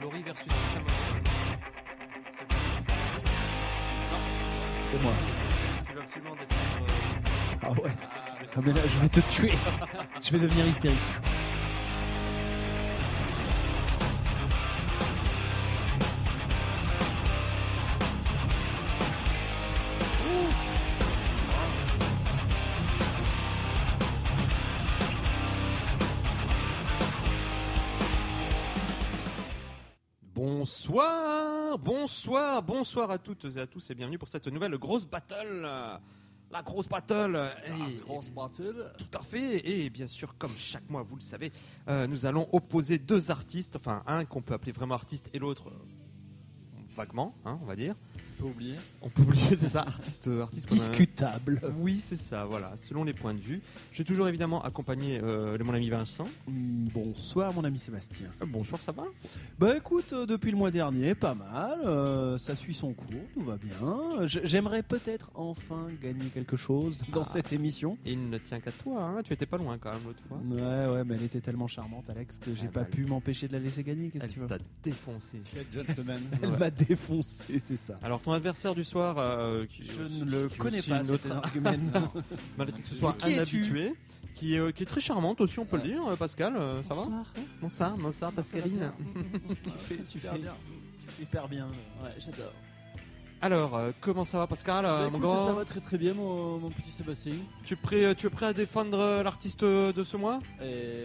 Laurie versus Samuel. C'est Non, C'est moi. tu veux absolument défendre. Ah ouais. euh, tu Ah défends- mais là, je vais te tuer. je vais devenir hystérique. Bonsoir, bonsoir, bonsoir à toutes et à tous et bienvenue pour cette nouvelle grosse battle. La grosse battle. Et- Tout à fait. Et bien sûr, comme chaque mois, vous le savez, euh, nous allons opposer deux artistes, enfin un qu'on peut appeler vraiment artiste et l'autre euh, vaguement, hein, on va dire. Pas oublié. On peut oublier, c'est ça, artiste, euh, artiste. comme un- Discutable. Oui, c'est ça, voilà, selon les points de vue. Je suis toujours évidemment accompagné euh, de mon ami Vincent. Mm, Bonsoir mon ami Sébastien. Euh, bonsoir, ça va Bah écoute, euh, depuis le mois dernier, pas mal. euh, ça suit son cours, tout va bien. J- J'aimerais peut-être enfin gagner quelque chose dans Ah. cette émission. Il ne tient qu'à toi, hein, tu étais pas loin quand même l'autre fois. Ouais, ouais, mais elle était tellement charmante, Alex, que j'ai Ah pas bah, pu m'empêcher de la laisser gagner. Qu'est-ce que Elle tu veux t'a défoncé. Quel gentleman. Elle Ouais. m'a défoncé, c'est ça. Alors ton adversaire du soir, euh, qui- Je qui ne le est connais aussi pas, une cet autre- argument. malgré que ce soit Qui un es-tu habitué, qui est, euh, qui est très charmante aussi, on peut le dire. euh, Pascal, euh, ça va Bonsoir. Bonsoir, bonsoir Pascaline. tu fais, tu Super fais bien. hyper bien. Ouais, j'adore. Alors, euh, comment ça va Pascal euh, Bah, mon écoute, grand ça va très très bien, mon, mon petit Sébastien. tu, es prêt, tu es prêt à défendre euh, l'artiste euh, de ce mois Et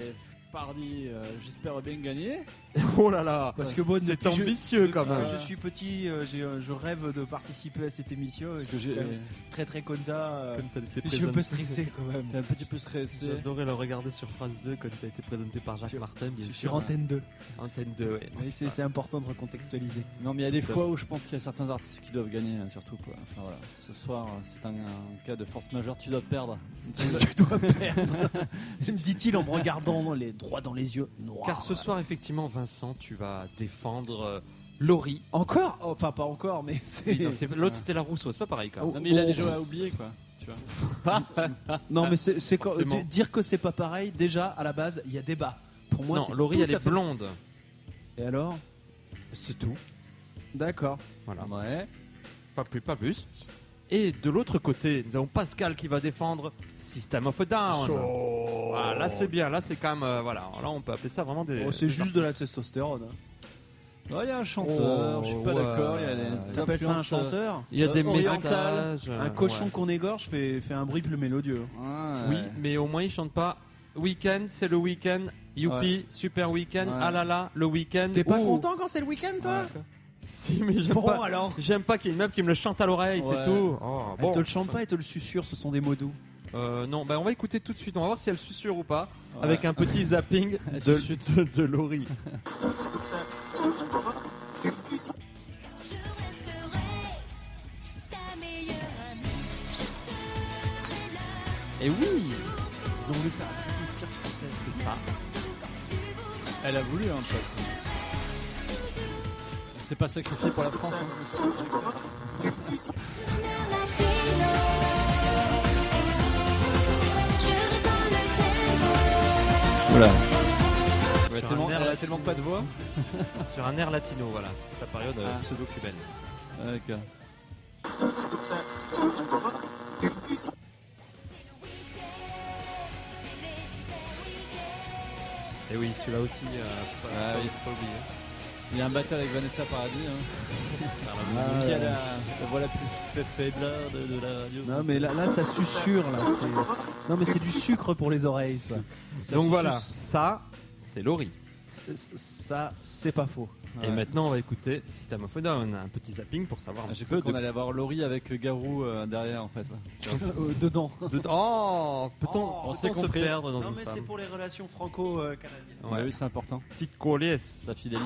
pardi, euh, j'espère bien gagner. Oh là là Parce que bon, C'est depuis que je- ambitieux quand depuis que même. Je suis petit, euh, j'ai, euh, je rêve de participer à cette émission. Parce et que je suis j'ai quand même très très content. euh, Comme t'as été je suis un peu présenté- stressé quand même. t'es un petit peu stressé. J'ai adoré le regarder sur France 2 quand il a été présenté par Jacques Sur- Martin, bien sur- Sur sûr. Antenne 2. Antenne 2, ouais. Mais c'est, c'est important de recontextualiser. Non, mais il y a des Top. fois où je pense qu'il y a certains artistes qui doivent gagner, hein, surtout quoi. Enfin voilà. Ce soir, euh, c'est un, un cas de force majeure, tu dois perdre. tu dois perdre. Dit-il en me regardant dans les, droit dans les yeux. noirs. Car ce soir, effectivement, Vincent, tu vas défendre euh, Laurie. Encore Enfin, pas encore, mais c'est. Oui, non, c'est- L'autre, c'était la Rousseau, c'est pas pareil quand même. Oh. Non, mais il a des jeux à oublier quoi. Tu vois. Non, mais c'est, c'est quand- Forcément. d- dire que c'est pas pareil, déjà, à la base, il y a débat. Pour moi, non, c'est Laurie, tout elle à est fait- blonde. Et alors C'est tout. D'accord. Voilà. Ouais. Pas plus, pas plus. Et de l'autre côté, nous avons Pascal qui va défendre System of a Down. Ah, Voilà, là c'est bien, là c'est quand même, euh, voilà, là on peut appeler ça vraiment des. Oh, c'est des juste de la testostérone. hein. Oh, Il y a un chanteur, Oh, je suis pas ouais. d'accord. Il y a des Ça Ça s'appelle ça un influences, euh, chanteur Il y a des Euh, oriental, messages. euh, Un cochon ouais. qu'on égorge fait, fait un bruit plus mélodieux. Mmh. euh, Ouais. Oui, mais au moins il chante pas Week-end, c'est le week-end. Youpi, super week-end. Ouais. Ah là là, le week-end. T'es pas Ouh. content quand c'est le week-end, toi Si, mais j'aime Bon, pas. alors J'aime pas qu'il y ait une meuf qui me le chante à l'oreille, c'est Ouais. tout. Oh, Elle bon. te le chante pas, elle te le susurre, ce sont des mots doux. Euh, non, bah on va écouter tout de suite. On va voir si elle susurre ou pas. Ouais. Avec un petit zapping Elle de, de, de Laurie. Je resterai ta meilleure amie. Je serai là Et oui, toujours pour ils ont voulu faire un petit c'est ça. tout quand tu voudras. Elle a voulu, hein, de toute façon. Elle s'est pas sacrifiée pour la France. Hein. Summer Latino. Je ressens le tempo. Voilà. Ouais, Sur tellement- un air elle a latino. tellement pas de voix. Sur un air latino, voilà. C'était sa période euh, Ah. pseudo-cubaine. D'accord. C'est le week-end. Bébé, super week-end. Et oui, celui-là aussi, euh, pas, Ah pas- oui. pas oublié. Il y a un battle avec Vanessa Paradis. Hein. Ah, qui a ouais. la, la voix la plus fa- faiblarde de, la radio. Non, mais là, là, ça susurre, là. c'est- Non, mais c'est du sucre pour les oreilles, ça. Ça Donc se voilà, suce. ça, c'est Laurie. C'est- c'est- Ça, c'est pas faux. Ouais. Et maintenant, on va écouter System of a Down, un petit zapping pour savoir un Ah, petit J'ai peu cru de... qu'on allait avoir Laurie avec euh, Garou euh, derrière en fait. là. Euh, dedans. de- Oh, peut-on Oh, on sait peut-on qu'on se peut perdre dans Non, une mais c'est femme. pour les relations franco-canadiennes. Ouais, Ouais. oui, c'est important. Petite colliesse. Ça fidélise.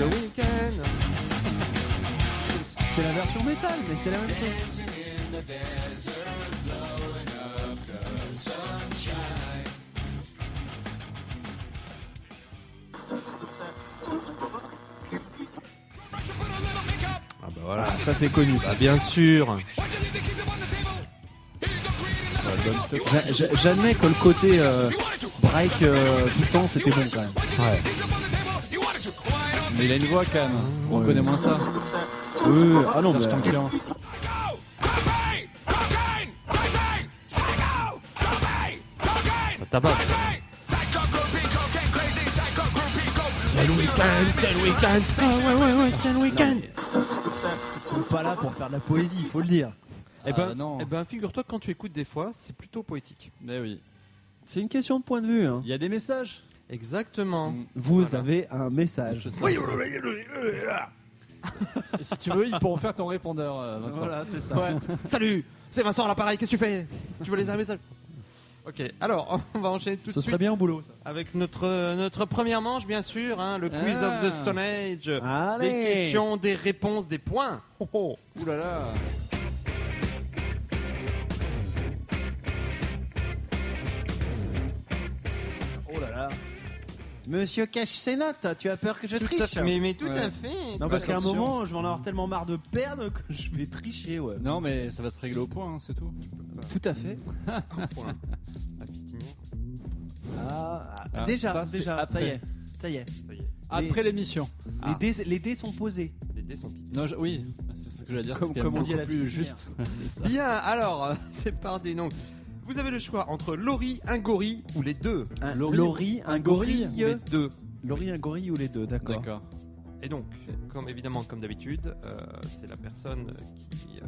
Le week-end. C'est la version métal, mais c'est la même chose. Ah bah voilà. ça, c'est connu, Bah bien sûr. Watch you leave the kids up on the table. Here's the green and the bonne. J'a- j'a- J'admets que le côté euh, break euh, du temps, c'était bon quand même. Mais il a une voix quand même. On connaît moins ça. Oui, oui, ah non, mais Serge Tankian. Ça tabasse. C'est le week-end, c'est le week-end. Ah ouais, ouais, ouais, c'est le week-end. ils sont pas là pour faire de la poésie, il faut le dire. Eh Ah, ben, non. eh ben, figure-toi que quand tu écoutes des fois, c'est plutôt poétique. Mais oui. C'est une question de point de vue. hein. Il y a des messages. Exactement. Mm. Vous Voilà. avez un message. Je sais. Et si tu veux, ils pourront faire ton répondeur, euh, Vincent. Voilà, c'est ça. Ouais. Salut, c'est Vincent à l'appareil, qu'est-ce que tu fais Tu veux laisser un message Ok, alors on va enchaîner tout Ce de suite serait bien au boulot. ça. avec notre, notre première manche, bien sûr, hein, le quiz Ah. of the Stone Age. Allez. Des questions, des réponses, des points. Oh, oh. Oh là là. Monsieur cache ses notes, tu as peur que je Tout à fait. Mais, mais tout Ouais. à fait. Non, parce qu'à un Attention. moment, je vais en avoir tellement marre de perdre que je vais tricher, ouais. Non, mais ça va se régler au point, hein, c'est tout. Tout à fait. Ah, Fistinier. Ah, ah, Ah, déjà, ça, c'est déjà, ça après. y est. Ça y est. Après l'émission. Ah. Les, dés, les dés sont posés. Les dés sont pipés. Non, je- oui, c'est ce que j'allais dire. Comme- c'est quand comme même on dit à la beaucoup plus fistinière. juste. C'est ça. Bien, alors, euh, c'est parti. Donc, vous avez le choix entre Laurie, un gorille ou les deux. Un Laurie- Laurie, un un gorille, gorille. Les deux. Laurie, un gorille ou les deux, d'accord. D'accord. Et donc, comme évidemment, comme d'habitude, euh, c'est la personne qui. euh,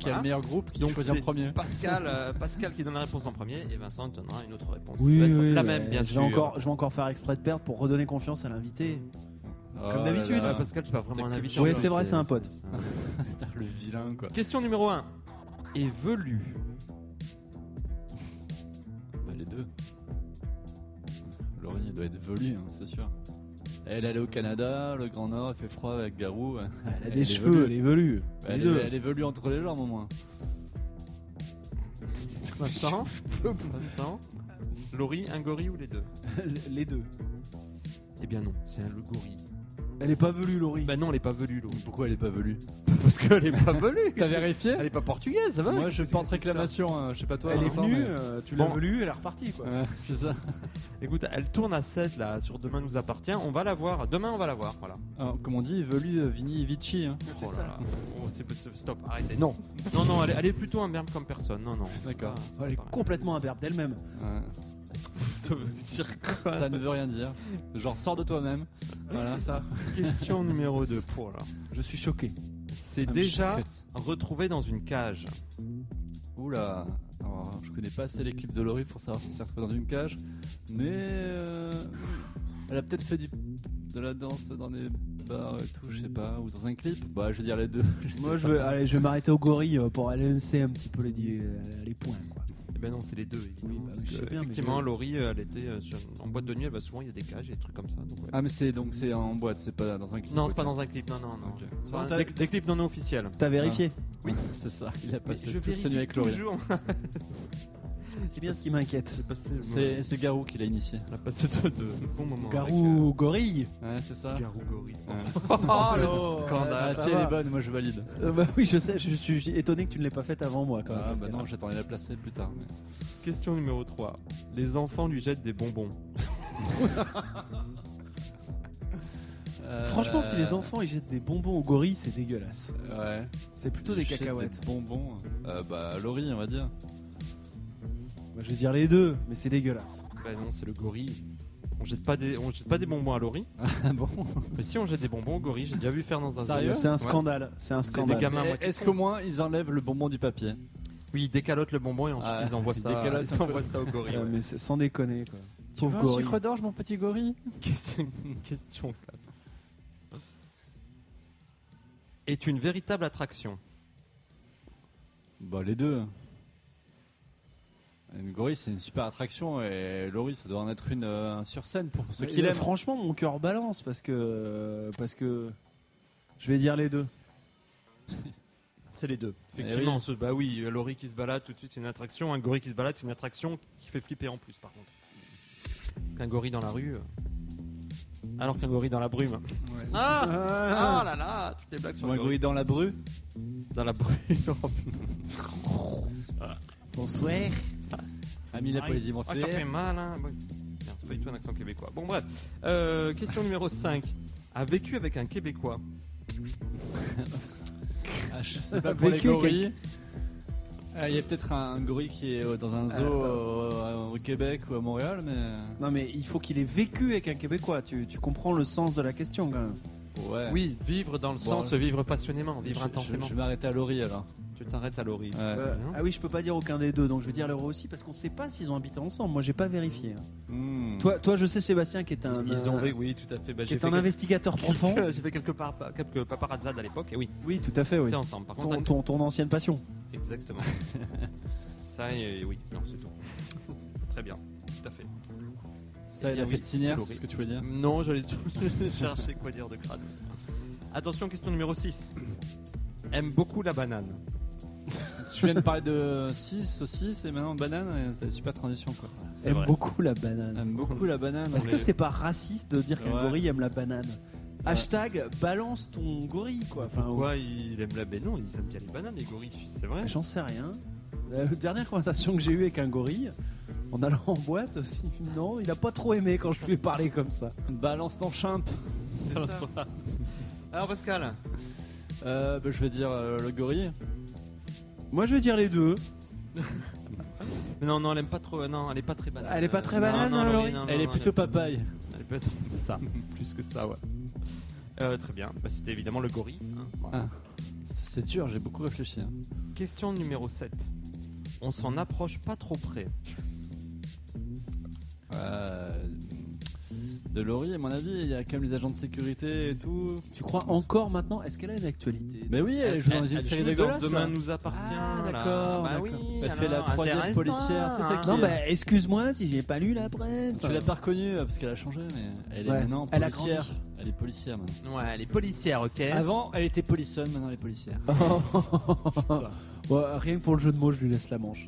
Qui a Hein voilà. le meilleur groupe qui Donc, choisit en c'est premier Pascal, euh, Pascal qui donne la réponse en premier et Vincent donnera une autre réponse. Oui, qui peut oui, être la ouais. même, bien je sûr. vais encore, je vais encore faire exprès de perdre pour redonner confiance à l'invité. Oh là d'habitude. Ah, Ouais, là. Euh, Pascal, c'est pas vraiment un avis. Sûr, Oui, ouais, c'est vrai, c'est un pote. Putain, Le vilain, quoi. Question numéro 1. Est velu. Bah, les deux. Laurie, elle doit être velue, hein, c'est sûr. Elle est allée au Canada, le Grand Nord, il fait froid avec Garou. Elle a Elle des est cheveux, elle est velue. velue. Les Elle, deux. est, elle est velue entre les jambes, au moins. Vincent. Vincent. Laurie, un gorille ou les deux les deux. Eh bien non, c'est un le gorille. Elle est pas velue, Laurie. Bah non, elle est pas velue, Laurie. Pourquoi elle est pas velue Parce qu'elle est pas velue. T'as vérifié Elle est pas portugaise, ça va Moi, je porte réclamation, hein, je sais pas toi. elle est Vincent, venue, mais- euh, tu l'as Bon. velue, elle est repartie, quoi. Ouais, c'est ça. Écoute, elle tourne à 7 là sur Demain nous appartient. On va la voir. Demain, on va la voir. Voilà. Alors, comme on dit, velu, euh, Vini, Vici. hein. C'est Oh là ça. là. Oh, c'est- c'est- stop, arrêtez. Non, non, non, elle, est- elle est plutôt imberbe comme personne. Non, non. D'accord. c'est pas- Elle c'est est pas pareil. complètement imberbe d'elle-même. Ça veut dire quoi Ça ne veut rien dire. Genre, sors de toi-même. Voilà. C'est ça. Question numéro 2 pour là. Je suis choqué. C'est I'm déjà shocked. retrouvé dans une cage. Oula. Alors, je connais pas assez les clips de Laurie pour savoir si c'est retrouvé dans une cage. Mais. euh, elle a peut-être fait du- de la danse dans des bars et tout, je sais pas. Ou dans un clip. Bah, je vais dire les deux. Je sais Moi, je pas. vais, allez, je vais m'arrêter au gorille euh, pour aller lancer un petit peu les, euh, les points, quoi. Eh ben non, c'est les deux. évidemment, Oui, bah, parce je sais que, bien, mais- effectivement, Laurie, euh, elle était euh, sur- en boîte de nuit. Bah, souvent, il y a des cages et des trucs comme ça. donc, ouais. Ah, mais c'est donc c'est en boîte, c'est pas dans un clip. non, c'est ok. pas dans un clip. Non, non, non. Ok. Sur un- Non, t'as- des, des clips non officiels. T'as vérifié Oui, c'est ça. Il a passé je toute sa nuit vérifie avec Laurie. toujours. C'est bien ce qui m'inquiète. J'ai passé. C'est c'est Garou qui l'a initié. On a passé de, de bons moments. Garou ou gorille Ouais, c'est ça. avec, euh, Garou Gorille. Ouais. Oh, le Oh, Ah, scandale. ça si elle va. est bonne, moi je valide. Euh, bah oui, je sais, je suis étonné que tu ne l'aies pas faite avant moi quand même. Ah, bah Pascal. non, j'attendais la placer plus tard. mais- Question numéro 3. Les enfants lui jettent des bonbons. Franchement, si les Euh, enfants ils jettent des bonbons aux gorilles, c'est dégueulasse. Ouais. C'est plutôt des Je sais, cacahuètes. Des bonbons. Euh, bah, Laurie, on va dire. Moi, Bah, je vais dire les deux, mais c'est dégueulasse. Bah non, c'est le gorille. On jette pas des, on jette pas des bonbons à Laurie. Ah bon Mais si on jette des bonbons au gorille, j'ai déjà vu faire dans un Sérieux zoo. C'est un Ouais. scandale. C'est un C'est des scandale. gamins Ah, à moitié Est-ce cons. qu'au moins ils enlèvent le bonbon du papier Oui, ils décalotent le bonbon et ensuite Ah, ils envoient ils ça. décalotent Ils un envoient ça au gorille. Ouais, ouais. mais c'est- sans déconner quoi. Pauvre gorille. d'orge, mon petit gorille Question, question 4. Est une véritable attraction. Bah, les deux. Une gorille, c'est une super attraction et Laurie, ça doit en être une euh, sur scène pour ceux Mais, qui euh, l'aiment. Franchement, mon cœur balance parce que euh, parce que je vais dire les deux. C'est les deux. Eh Effectivement, oui. ce- bah oui, Laurie qui se balade tout de suite, c'est une attraction. Un gorille qui se balade, c'est une attraction qui fait flipper en plus, par contre. Parce qu'un gorille dans la rue. euh, Alors qu'un gorille dans la brume. Ah Ah là là Toutes les blagues sur Ou un le gorille. gorille dans la bru Ah, Dans la brume. Bonsoir. a mis la poésie Ah, ça fait mensuelle. mal, hein. Ouais. Merde, C'est pas du tout un accent québécois. Bon, bref. Euh, question numéro 5. A vécu avec un Québécois Ah, je sais pas pour Vécu les quel- gorilles. Euh, Il y a peut-être un, un gorille qui est euh, dans un zoo Attends. euh, au Québec ou à Montréal, mais. Non, mais il faut qu'il ait vécu avec un Québécois. Tu, tu comprends le sens de la question, quand même. euh, Ouais. Oui, vivre dans le Bon, sens, vivre passionnément, Je- vivre je- intensément. Je, vais m'arrêter à Laurie alors. Tu t'arrêtes à l'origine. Ouais. Euh, non. ah oui, je peux pas dire aucun des deux, donc je vais dire l'euro aussi parce qu'on sait pas s'ils ont habité ensemble. Moi, j'ai pas vérifié. hein. Hmm. Toi, toi, je sais Sébastien qui est un, Ils ont un- vécu, oui, tout à fait. Bah, qui j'ai est fait un quelques- investigateur profond. quelques- J'ai fait quelques, par, quelques paparazzades à l'époque, et oui, Oui, tout à fait, on oui. était ensemble. Par contre, Ton, ton- ton ancienne passion. Exactement. Ça et oui, non, c'est tout. Très bien, tout à fait. Eh Ça, la bien, oui, festinière, Laurie. c'est ce que tu veux dire Non, j'allais tout chercher quoi dire de crâne. Attention, question numéro 6. Aime beaucoup la banane. Tu viens de parler de 6, saucisse et maintenant banane, et t'as une super transition quoi. C'est Aime vrai. Ah, beaucoup la banane. J'aime beaucoup la banane. Est-ce on que est- c'est pas raciste de dire qu'un Ouais. gorille aime la banane Hashtag balance ton gorille, quoi. Enfin, Pourquoi il aime la banane Non, il aime bien les bananes, les gorilles, c'est vrai. J'en sais rien. La dernière conversation que j'ai eue avec un gorille, en allant en boîte aussi, non, il a pas trop aimé quand je lui ai parlé comme ça. Balance ton chimp C'est ça. Alors Pascal, Euh, bah, Je vais dire euh, le gorille. Moi je veux dire les deux. non, non, elle aime pas trop. euh, Non, elle est pas très banane. Elle est pas très Euh, non, banane, non, hein, non, Laurie non, non, Elle est non, plutôt papaye. elle est pas- C'est ça, plus que ça, ouais. Euh, très bien, bah, c'était évidemment le gorille. Ah. hein. Voilà. C'est c'est dur, j'ai beaucoup réfléchi. hein. Question numéro 7. On s'en approche pas trop près. Euh, de Laurie, à mon avis, il y a quand même les agents de sécurité et tout. Tu crois encore maintenant Est-ce qu'elle a une actualité Mais oui, elle joue dans une série joue dégueulasse. dans Demain là. nous appartient. Ah, là. d'accord, Bah d'accord. oui, Elle fait la alors, troisième intéresse-toi, policière, c'est ça hein. qui- Non, bah excuse-moi si j'ai pas lu la presse. Tu l'as pas reconnue euh, parce qu'elle a changé, mais elle est Ouais. maintenant Elle a policière. Elle est Ah policière maintenant. Ouais, elle est policière, ok. Avant, elle était polissonne, maintenant elle est policière. Ah. Ouais, rien que pour le jeu de mots, je lui laisse la manche.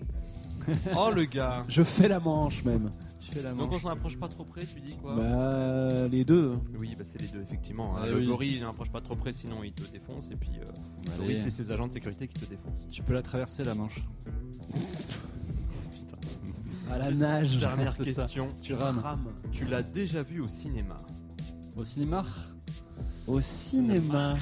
oh le gars. Je fais la manche même. Tu fais la Donc manche. on s'en approche pas trop près, tu dis quoi Bah les deux. Oui, bah c'est les deux, effectivement. hein. Eh le oui. gorille, il n'en approche pas trop près, sinon il te défonce. Et puis, euh, le Allez, gorille, c'est ses agents de sécurité qui te défoncent. tu peux la traverser la manche. À la nage. Dernière c'est ça. question. Tu rames. Rame. Tu l'as déjà vu au cinéma Au cinéma Au cinéma.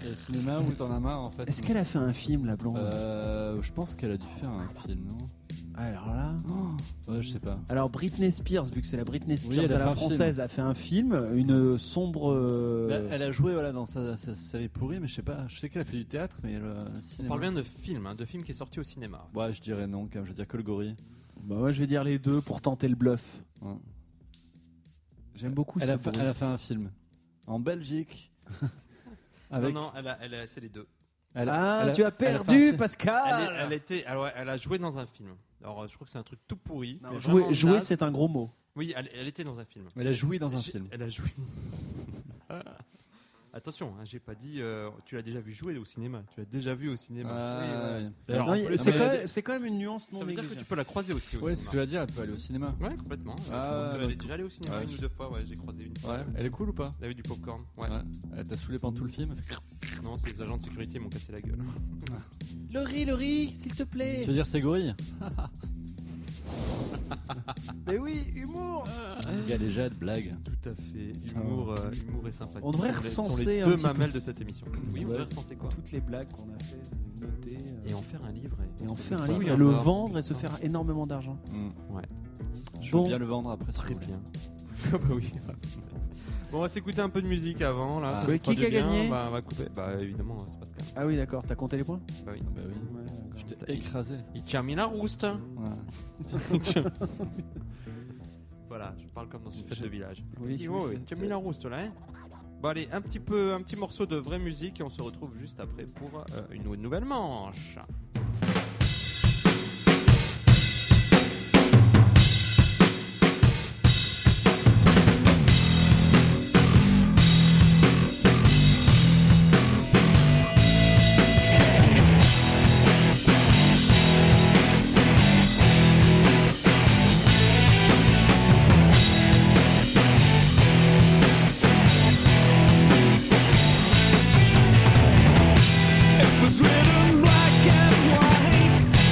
C'est le cinéma où t'en as marre en fait. Est-ce qu'elle a fait un film la blonde Euh, je pense qu'elle a dû faire un film, non Alors là. Oh. Ouais, je sais pas. Alors Britney Spears, vu que c'est la Britney Spears Oui, elle a à fait la un film. française, a fait un film, une sombre. euh, Bah, elle a joué voilà, dans sa, sa série pourrie, mais je sais pas. Je sais qu'elle a fait du théâtre, mais le On cinéma. parle bien de film, hein, de film qui est sorti au cinéma. Ouais, je dirais non, quand même. Je veux dire que le gorille. Bah ouais, je vais dire les deux pour tenter le bluff. Ouais. J'aime beaucoup Elle ce a, fa- bruit. elle a fait un film. En Belgique. Avec. Non, non, elle a- elle a- c'est les deux. elle a- Ah, elle a- tu as elle a fait un perdu, film. Elle, Pascal. est- elle était, alors, ouais, elle a joué dans un film. Alors, euh, je crois que c'est un truc tout pourri. mais Jouer, vraiment jouer, naze. c'est un gros mot. Oui, elle, elle était dans un film. Elle a joué dans un J'ai- film. Elle a joué. Attention, hein, j'ai pas dit. euh, tu l'as déjà vu jouer au cinéma. Tu l'as déjà vu au cinéma. Ah, Oui, ouais. ouais. Alors, Non, en y- plus, C'est mais- quand, même- c'est quand même une nuance non Ça veut dire que tu négligeable. peux la croiser aussi au Ouais, c'est ce que cinéma. je veux dire, elle peut aller au cinéma. Ouais, complètement. ouais. Ah, elle est donc- déjà allée au cinéma Ouais, une je- ou deux fois. Ouais, j'ai croisé une. Ouais, elle est cool ou pas Elle avait du popcorn. Ouais. Elle t'a saoulé pendant tout le film. elle fait- Non, ces agents de sécurité m'ont cassé la gueule. Le riz, le riz, s'il te plaît. Tu veux dire c'est gorille Mais oui, humour. Il y a déjà de blagues. Tout à fait. Humour, euh, humour et sympathie. On devrait Ce sont les- ce sont recenser les un deux petit peu. mamelles de cette émission. Oui, on Ouais. devrait recenser quoi Toutes les blagues qu'on a fait, noter. euh, Et en faire un livre. Et en faire un Oui, livre, on et le va- vendre et se faire énormément d'argent. Ouais. Je Bon. veux bien le vendre après. si Mm. Très vous voulez. bien. Ah bah oui. bon, on va s'écouter un peu de musique avant là. Ah. ça Oui, nous fera qui du a bien. gagné Bah, on va couper. Bah évidemment, c'est Pascal. Ah oui, d'accord, t'as compté les points Bah oui. Ah bah oui. Je t'ai écrasé. Il termine la rouste. Ouais. voilà, je parle comme dans une fête Je- de village. Oui, Il oui, c'est- termine la rouste là. Hein bon allez, un petit peu, un petit morceau de vraie musique et on se retrouve juste après pour euh, une nouvelle manche. It was written black and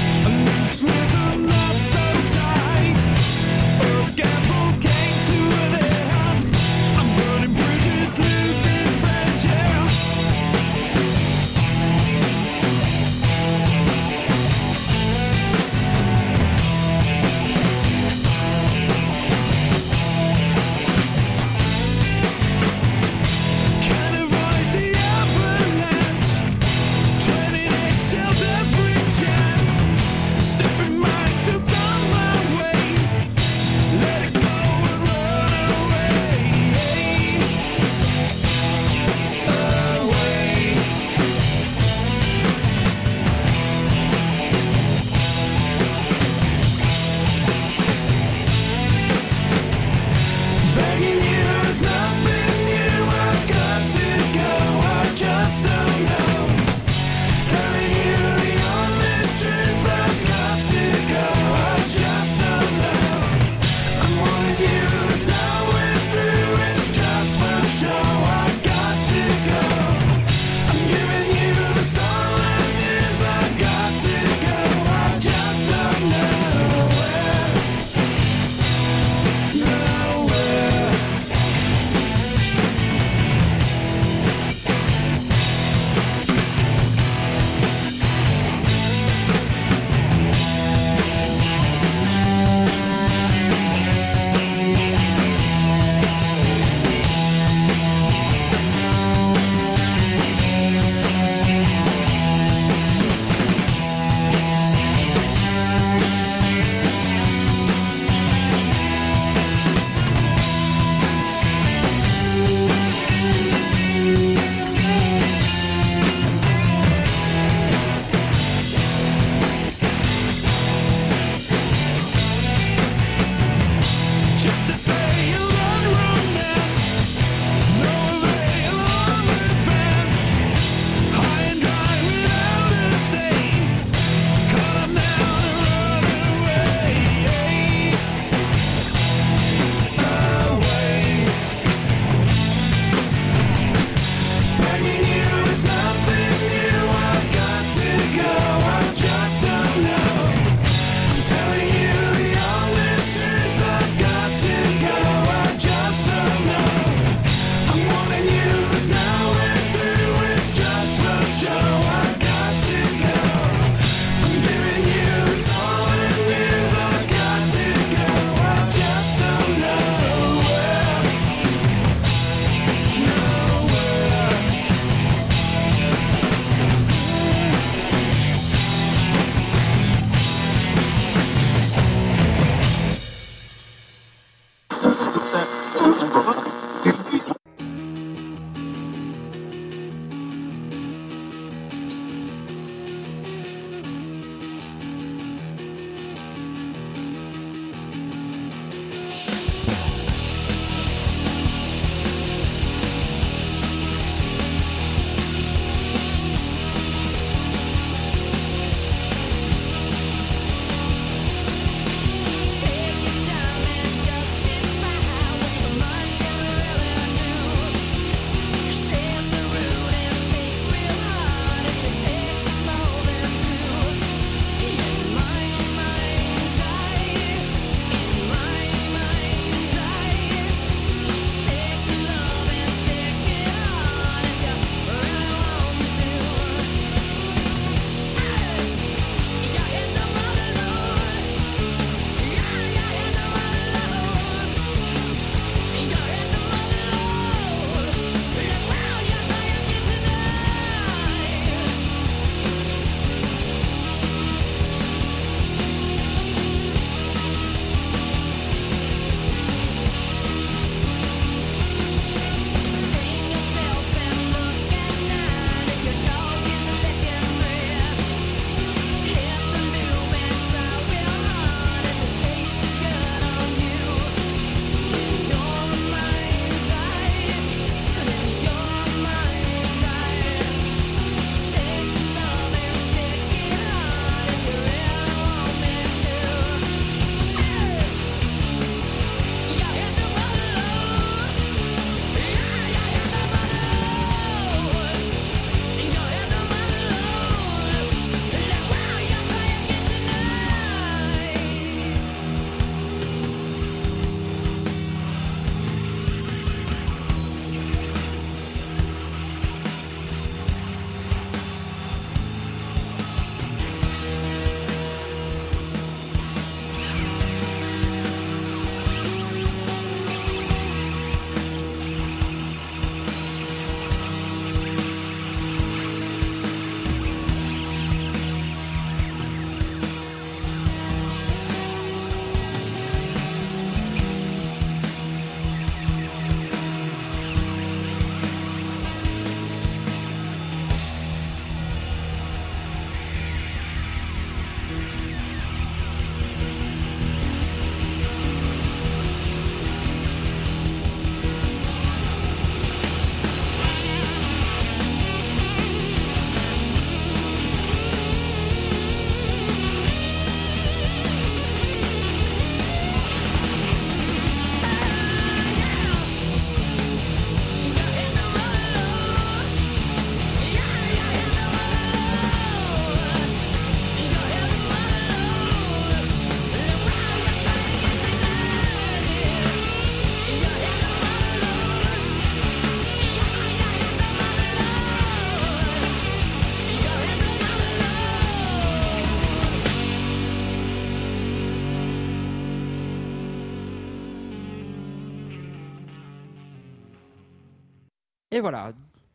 Et voilà.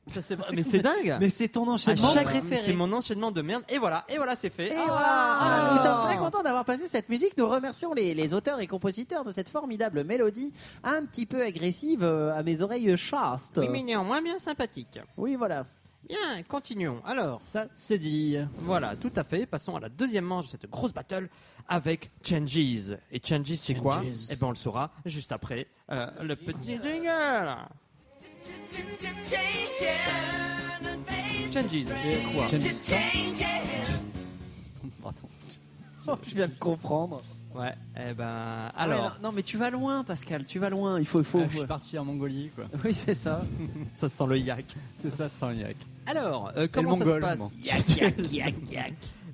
Ça, c'est- mais c'est dingue. Mais c'est ton Ah. À enchaînement chaque préféré. c'est mon enchaînement de merde. Et voilà, et voilà, c'est fait. Et Ah. voilà Ah, Nous sommes très contents d'avoir passé cette musique. Nous remercions les, les auteurs et compositeurs de cette formidable mélodie un petit peu agressive euh, à mes oreilles chastes. Oui, mignon, moins bien sympathique. Oui, voilà. Bien, continuons. Alors, Ça, c'est dit. voilà, tout à fait. Passons à la deuxième manche de cette grosse battle avec Changes. Et Changes, c'est quoi Eh bien, on le saura juste après euh, le petit jingle. Changes, c'est quoi Pardon. Oh, je viens de comprendre. Ouais, eh ben, Ah Ouais, alors, non, non, mais tu vas loin, Pascal. Tu vas loin. Il faut, il faut. Ah, je suis parti en Mongolie, quoi. Oui, c'est ça. ça sent le yak. C'est ça, sans un yak. Alors, euh, comment ça se Mongol, passe moi. Yak, yak, yak, yak.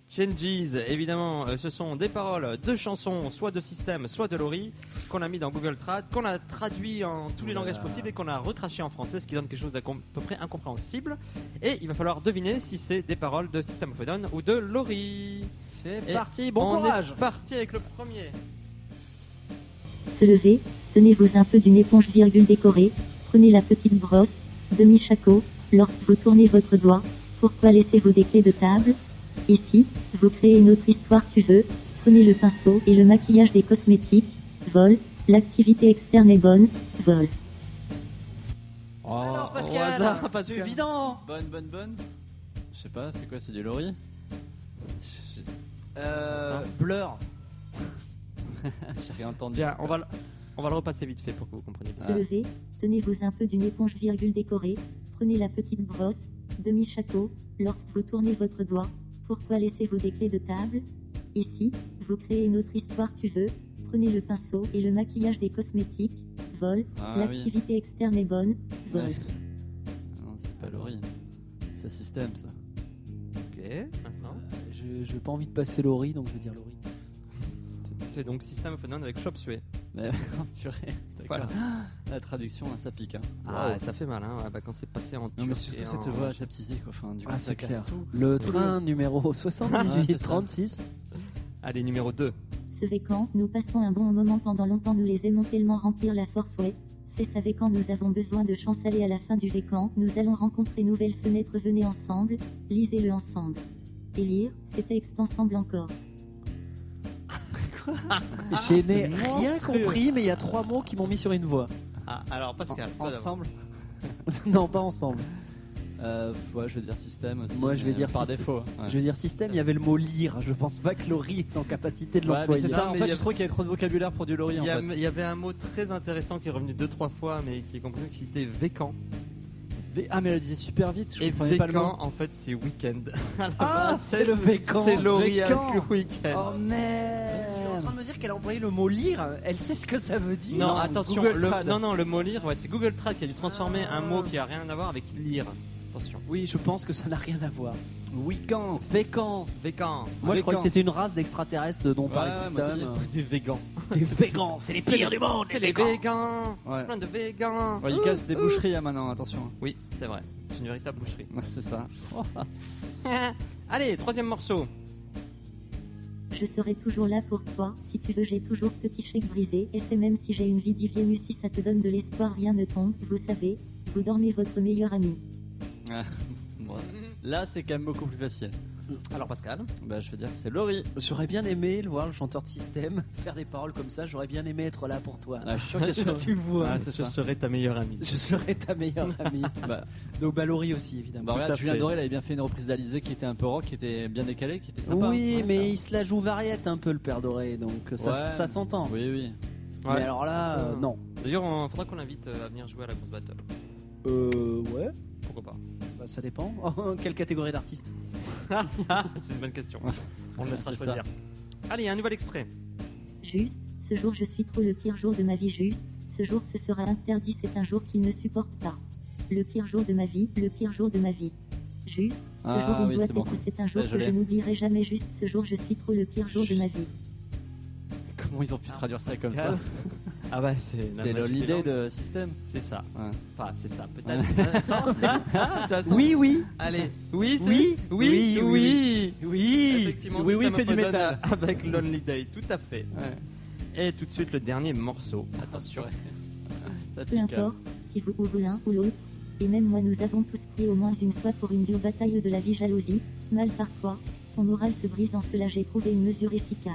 Changes, évidemment, euh, ce sont des paroles de chansons, soit de système, soit de Lori, qu'on a mis dans Google Trad, qu'on a traduit en tous les langages possibles et qu'on a retraché en français, ce qui donne quelque chose d'à com- à peu près incompréhensible. Et il va falloir deviner si c'est des paroles de System of a Down ou de Lori. C'est Et parti. Bon On courage. est parti avec le premier. Se lever, tenez-vous un peu d'une éponge virgule décorée, prenez la petite brosse, demi-chaco, lorsque vous tournez votre doigt, pourquoi laissez-vous des clés de table Ici, vous créez une autre histoire tu veux, prenez le pinceau et le maquillage des cosmétiques, vol, l'activité externe est bonne, vol. Alors, Oh, au Pascal, hasard, c'est Pascal. évident. Bonne, bonne, bonne. Je sais pas, c'est quoi, c'est du lorry J'ai Euh, blur. j'ai rien entendu. Bien, on va, le- on va le repasser vite fait pour que vous compreniez. Ah. bien. Se Ah. lever, tenez-vous un peu d'une éponge virgule décorée, prenez la petite brosse, demi-chapeau, lorsque vous tournez votre doigt, pourquoi laissez-vous des clés de table Ici, vous créez une autre histoire tu veux, prenez le pinceau et le maquillage des cosmétiques, vol, Ah oui. l'activité externe est bonne, vol. Ouais. Non, c'est pas lorry. C'est un système, ça. Ok, Vincent. Je J'ai pas envie de passer Laurie, donc je vais dire Laurie. C'est donc System of a Down avec Chop Suey. Mais purée, d'accord. La traduction, là, ça pique. Hein. Ah, Wow. ça fait mal, hein. ouais, bah, quand c'est passé en Non, mais turc surtout et cette en- voix aseptisée, quoi. Enfin, du coup, Ah, ça c'est casse clair. tout. Le train numéro Ouais, c'est 78 ça. 36. Allez, numéro 2. Ce quand nous passons un bon moment pendant longtemps, nous les aimons tellement remplir la force, ouais. C'est ça quand nous avons besoin de chance, allez à la fin du vécan, nous allons rencontrer nouvelles fenêtres, venez ensemble, lisez-le ensemble. Et lire, ces textes ensemble encore. Je n'ai C'est rien monstrueux. compris, mais il y a trois mots qui m'ont mis sur une voie. Ah, alors Pascal, En- toi d'abord. ensemble non, pas ensemble. euh, Ouais, je vais dire système aussi. Moi, je vais mais dire Par système. défaut. ouais. Je veux dire système, il y avait le mot lire. Je pense pas que Laurie est en capacité de Ouais, mais l'employer. c'est ça, Non, en mais fait, il y a- je trouve qu'il y a trop de vocabulaire pour du lorry, Il en y, a- fait. il y avait un mot très intéressant qui est revenu deux trois fois, mais qui est compris qui était vécan. Mais- Ah, mais elle le disait super vite, je Et comprenais pas le mot. vécan, en fait, c'est week-end. Ah, c'est le vécan. C'est Laurie avec Vécan. le week-end. Oh merde Tu es en train de me dire qu'elle a employé le mot lire. Elle sait ce que ça veut dire. non, attention, Google le, Trad. Ah. non, non, le mot lire, ouais, c'est Google Trad qui a dû transformer un mot qui a rien à voir avec lire. Attention. Oui, je pense que ça n'a rien à voir. Week-end Vécan. Vécan. Moi, je Vécan. croyais que c'était une race d'extraterrestres dont parlait Ouais, moi System. aussi. Des végans. Des végans, c'est les pires du monde, C'est les végans. Ouais. Plein de végans. Ouais, il casse des boucheries là maintenant, attention. Oui, c'est vrai. C'est une véritable boucherie. Ouais, C'est ça. Allez, troisième morceau. Je serai toujours là pour toi, si tu veux j'ai toujours petit chèque brisé, et fait même si j'ai une vie divienne si ça te donne de l'espoir rien ne tombe, vous savez, vous dormez votre meilleur ami. Bon. Là, c'est quand même beaucoup plus facile. Alors Pascal. Bah, je vais dire que c'est Laurie. J'aurais bien aimé le voir, le chanteur de système, faire des paroles comme ça. J'aurais bien aimé être là pour toi. Ah, je suis sûr qu'elle sera- tu vois, Ah, c'est ça. serai ta meilleure amie. je serai ta meilleure amie. Bah, Donc, bah, Laurie aussi, bah, évidemment. regarde, à Julien fait. Doré, il avait bien fait une reprise d'Alizé qui était un peu rock, qui était bien décalée, qui était sympa. oui, Ouais, mais ça- il se la joue variette un peu, le père doré. Donc, ça, Ouais. ça s'entend. Oui, oui. Mais alors là, euh, non. D'ailleurs, on faudra qu'on l'invite euh, à venir jouer à la grosse battle. Euh, ouais, Pourquoi pas bah, ça dépend. Oh, quelle catégorie d'artiste C'est une bonne question. On le laissera C'est choisir. Allez, un nouvel extrait. Juste, ce jour je suis trop le pire jour de ma vie juste, ce jour ce sera interdit, c'est un jour qu'il ne supporte pas. Le pire jour de ma vie, le pire jour de ma vie. Juste, ce Ah jour il oui, doit c'est bon. être, c'est un jour Ouais, je que je l'ai. n'oublierai jamais, juste ce jour je suis trop le pire jour de ma vie. Comment ils ont pu traduire ça comme ça Pascal. Ah bah c'est C'est le- l'idée de système. C'est ça. Ouais. Enfin, c'est ça. Peut-être. Ah, Oui, oui, Allez. Oui, c'est- Oui, oui, oui. oui, oui. Effectivement, Oui, oui, System fait of du a Down métal. Avec Lonely Day, tout à fait. Ouais. Et tout de suite, le dernier morceau. Attention. Ça Peu pique. hein. importe, si vous ou vous l'un ou l'autre, et même moi nous avons tous pris au moins une fois pour une dure bataille de la vie jalousie, mal parfois, ton moral se brise en cela j'ai trouvé une mesure efficace.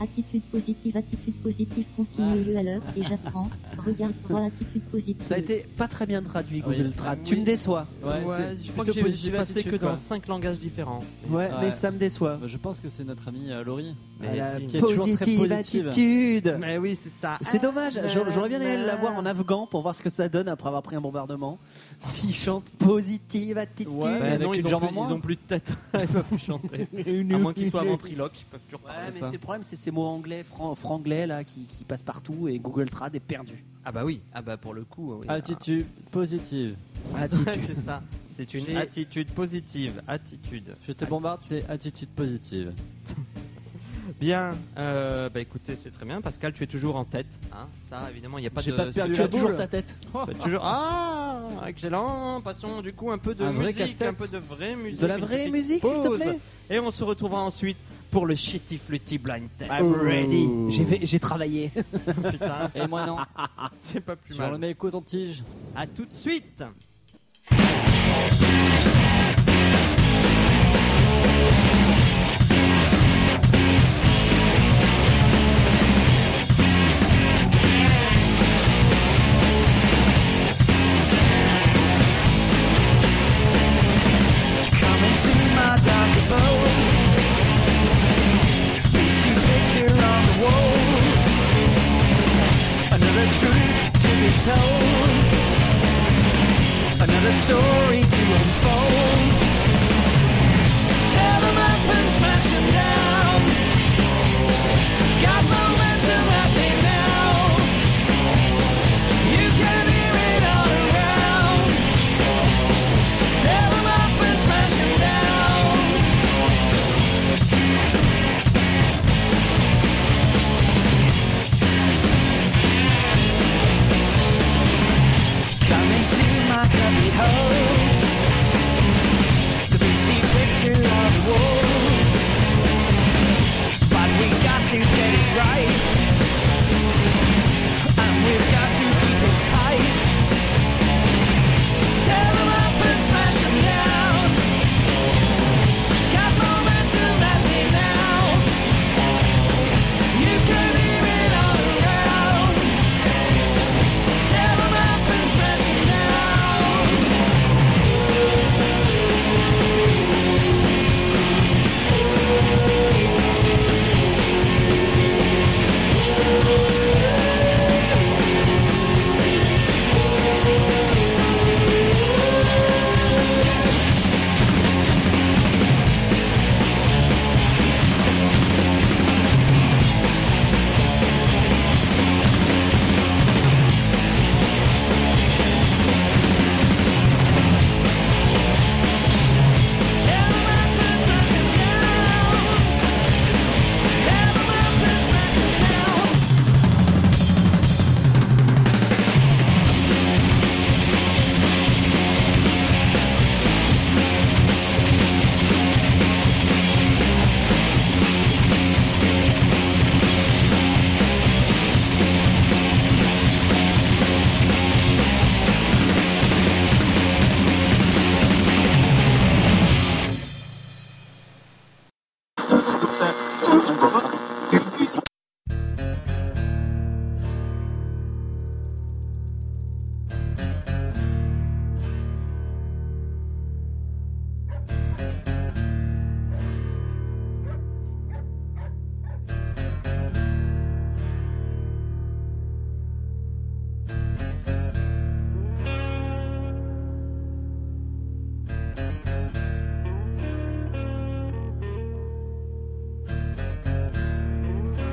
Attitude positive, attitude positive, continuez-le à l'heure et j'apprends, regarde droit, attitude positive. Ça a été pas très bien traduit, Ah oui. Google Trad. Tu me déçois. Ouais, c'est je crois que j'ai- plutôt j'ai positive passé attitude, que dans quoi. 5 langages différents. Ouais, Ouais. mais ça me déçoit. Bah, Je pense que c'est notre ami euh, Laurie. Mais La si. qui est toujours très positive positive. attitude. Mais oui, c'est ça. C'est dommage, j'a- j'aurais bien aimé l'avoir en afghan pour voir ce que ça donne après avoir pris un bombardement. S'il chante positive attitude. Ouais, Bah avec non, une ils jambe ont, en plus, moins. ils ont plus de tête. ils peuvent plus chanter. À moins qu'ils soient ventriloques, ils peuvent toujours Ouais, parler mais ça. c'est le problème, c'est ces mots anglais, fran- franglais là, qui, qui passent partout et Google Trad est perdu. Ah bah oui, ah bah pour le coup. oui. Attitude positive. Ouais, c'est ça. C'est une J'ai- attitude positive. Attitude. Je te bombarde, c'est attitude positive. Bien. euh, bah écoutez, c'est très bien. Pascal, tu es toujours en tête. hein. ça, évidemment, il n'y a pas J'ai de. pas perdu tu la as toujours boule. ta tête. Tu as toujours- Ah, excellent. Passons du coup un peu de Un vrai musique, casse-tête. un peu de vraie musique. De la une vraie petite musique, s'il te pause. plaît. Et on se retrouvera ensuite pour le shitty flutty blind test. I'm ready. Oh. J'ai fait- J'ai travaillé. Putain, Et moi non. c'est pas plus Je mal. remets écoute en tige. À tout de suite. Coming to my Dr. Bowie. Beastie picture on the walls. Another truth to be told. Another story to unfold. Tear them up and smash them down. Got momentum happening now. You can hear it all around. Tear 'em up and smash 'em down. Come into my cubby hole. The beastie picture on the wall. But we got to get it right. And we've got to keep it tight. Tear 'em up and smash 'em down. Got momentum at me now. You can hear it all around. Tear 'em up and smash 'em down. Tear 'em up and smash 'em down. Tear 'em up and smash 'em down. Thank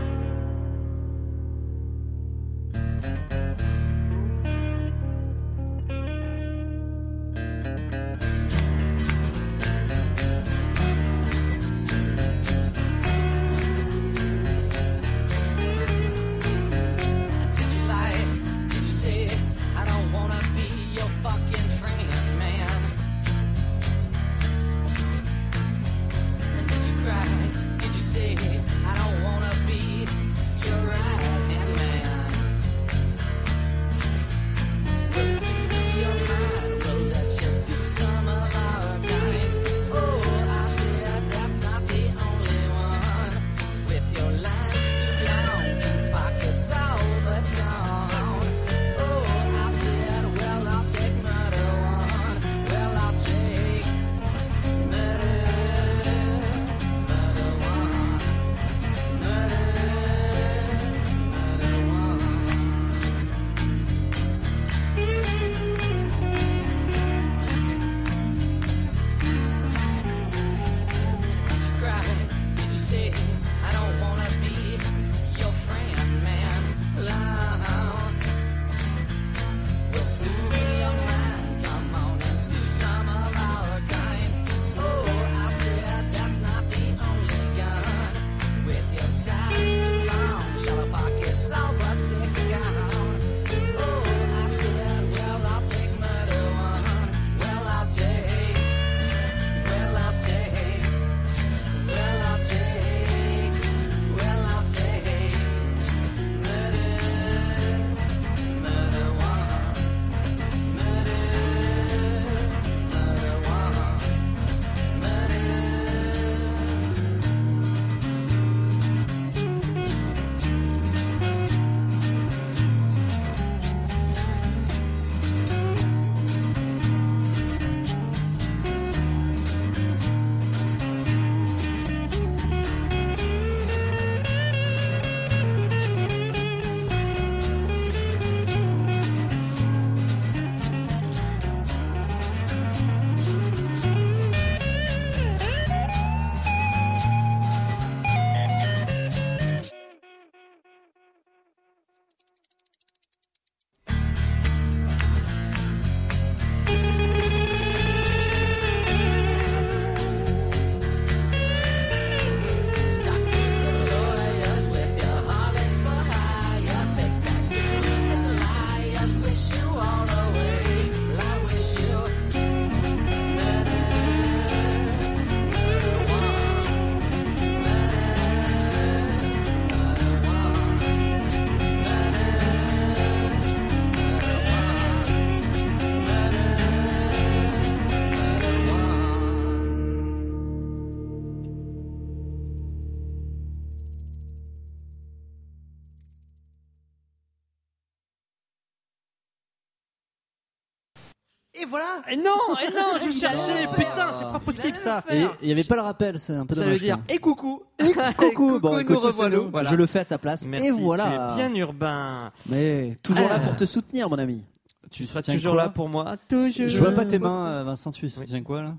Et voilà Et Eh non, et non, je Il cherchais. allait le faire. Putain, c'est pas possible ça. Il allait le faire. il n'y avait pas le rappel, c'est un peu Ah. Ça dommage. hein. veut dire. Et coucou Et coucou Bon, nous écoute, c'est revoilà. nous. Voilà. je le fais à ta place. Merci, et voilà tu es bien urbain. Mais toujours là Ah. pour te soutenir, mon ami. Tu seras tiens toujours quoi là pour moi. Toujours. Je vois pas tes mains, euh, Vincent, tu Oui. tiens quoi là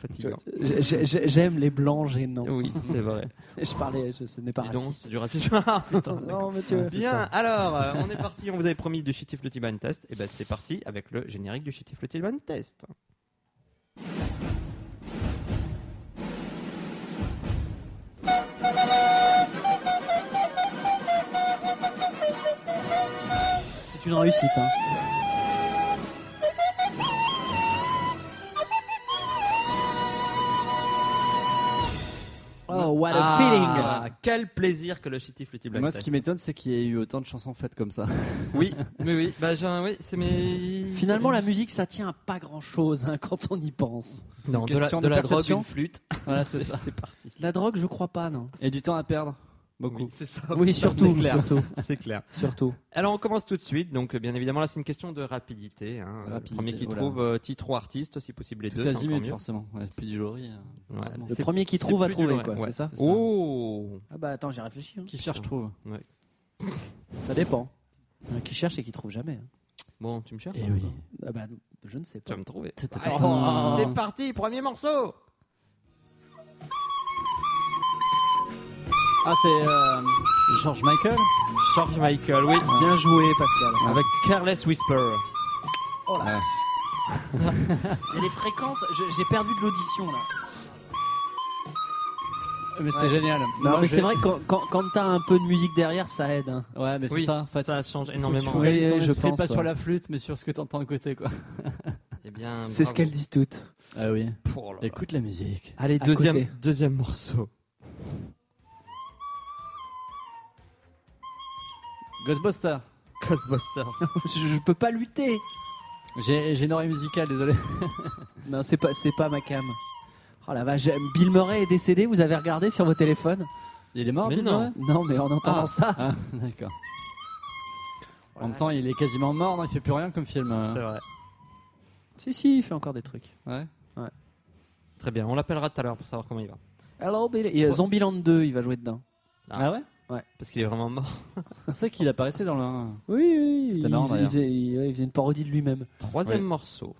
Fatigant. J'aime les blancs gênants. Oui, c'est vrai. Je parlais, ce n'est pas Dis donc, c'est du racisme. Ah, putain. Non, mais tu vois, c'est Bien, ça. alors, euh, on est parti, on vous avait promis du Shitty Flutty Band Test, et ben c'est parti avec le générique du Shitty Flutty Band Test. C'est une réussite. hein. Oh, what a Ah, feeling! Quel plaisir que le Shitty Flutty Band Moi, ce Test. qui m'étonne, c'est qu'il y ait eu autant de chansons faites comme ça. Oui, mais oui, bah, genre, oui, c'est mes. Finalement, la musique, ça tient à pas grand chose quand on y pense. Non, de une la, question de de la drogue, perception. une flûte. Voilà, c'est ça. C'est parti. La drogue, je crois pas, non? Et du temps à perdre, beaucoup. Oui, c'est ça. Oui, surtout, clair. surtout, C'est clair. surtout. Alors on commence tout de suite. Donc euh, bien évidemment là c'est une question de rapidité. hein. Le Rapidité, premier qui oh là. trouve euh, titre ou artiste, si possible les Tout deux. c'est encore azimut, mieux. forcément. Ouais, puis du lorry. hein. Ouais. Heureusement. Le C'est- premier qui c'est trouve à plus trouver, dur, quoi, ouais. c'est ça? C'est ça. Oh Ah bah attends, j'ai réfléchi. hein. Qui cherche trouve. Ça dépend. Il y en a Qui cherche et qui trouve jamais. hein. Bon tu me cherches hein, Eh oui. Ah bah, je ne sais Tu pas. vas me trouver. Ah. C'est parti, premier morceau Ah, c'est euh, George Michael George Michael, oui. Bien joué, Pascal. Avec Careless Whisper. Ah. Et les fréquences, je- j'ai perdu de l'audition là. Mais c'est Ouais. génial. Non, Moi, mais je- c'est vrai que quand, quand, quand t'as un peu de musique derrière, ça aide. hein. Ouais, mais c'est Oui, ça. en fait. Ça change Faut que tu énormément. Oui, focalises ton oui, je esprit pense, pas ouais. sur la flûte, mais sur ce que t'entends à côté, quoi. Eh bien, C'est ce bravo. qu'elles disent toutes. Ah oui. Oh là là. Écoute la musique. Allez, à deuxième, côté. deuxième morceau. Ghostbuster. Ghostbusters. je, je peux pas lutter. J'ai j'ai une oreille musicale, désolé. Non, c'est pas, c'est pas ma cam. Oh la vache, Bill Murray est décédé, vous avez regardé sur vos téléphones Il est mort, Mais Bill non. Murray Non, mais en entendant Ah. ça. Ah, d'accord. Oh En même temps, il est quasiment mort, non Il fait plus rien comme film. euh. C'est vrai. Si, si, il fait encore des trucs. Ouais. Très bien, on l'appellera tout à l'heure pour savoir comment il va. Hello, Bill. Et, euh, Zombieland 2, il va jouer dedans. Ah. Ah ouais Parce qu'il est vraiment mort. C'est vrai qu'il apparaissait dans le. un. Oui, oui. C'était Il, marrant, faisait, il, d'ailleurs. faisait, il- ouais, il faisait une parodie de lui-même. Troisième Ouais. morceau.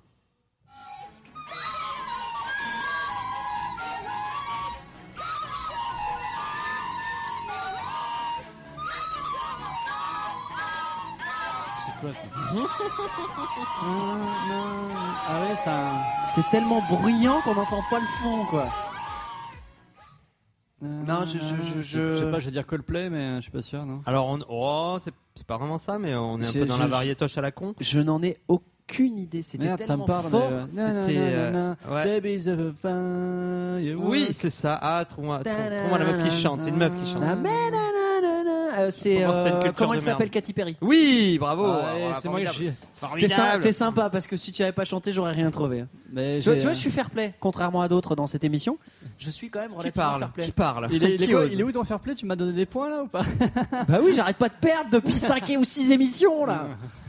C'est quoi ça Ah ouais, ça. C'est tellement bruyant qu'on n'entend pas le fond, quoi. Non, je- je- je- je- sais pas, je vais dire Coldplay, mais je suis pas sûr, non Alors, on... oh, c'est c'est pas vraiment ça, mais on est un J'ai- peu dans la je- variétoche à la con. Je n'en ai aucune idée. C'était Merde, ça tellement me parle, fort. mais. euh, c'était, euh, nanana, ouais. Babies of a firework. Oui, c'est ça. Ah, trouve-moi trouve- trouve-moi la meuf qui chante. C'est une meuf qui chante. Ah. Na, Ah, na, na, na, na. Euh, c'est Pour moi, c'était une euh, culture comment elle de merde. s'appelle Katy Perry Oui, bravo. Ouais, Ah, voilà, c'est moi formidable. qui T'es sy- Formidable. t'es sympa parce que si tu avais pas chanté, j'aurais rien trouvé. Mais Tu vois, j'ai, tu vois, euh, je suis fair play, contrairement à d'autres dans cette émission. Je suis quand même Qui relativement fair parle play. Qui parle Il est, il est Qui quoi ose Il est où ton fair play Tu m'as donné des points là ou pas bah oui, j'arrête pas de perdre depuis 5 ou 6 émissions là.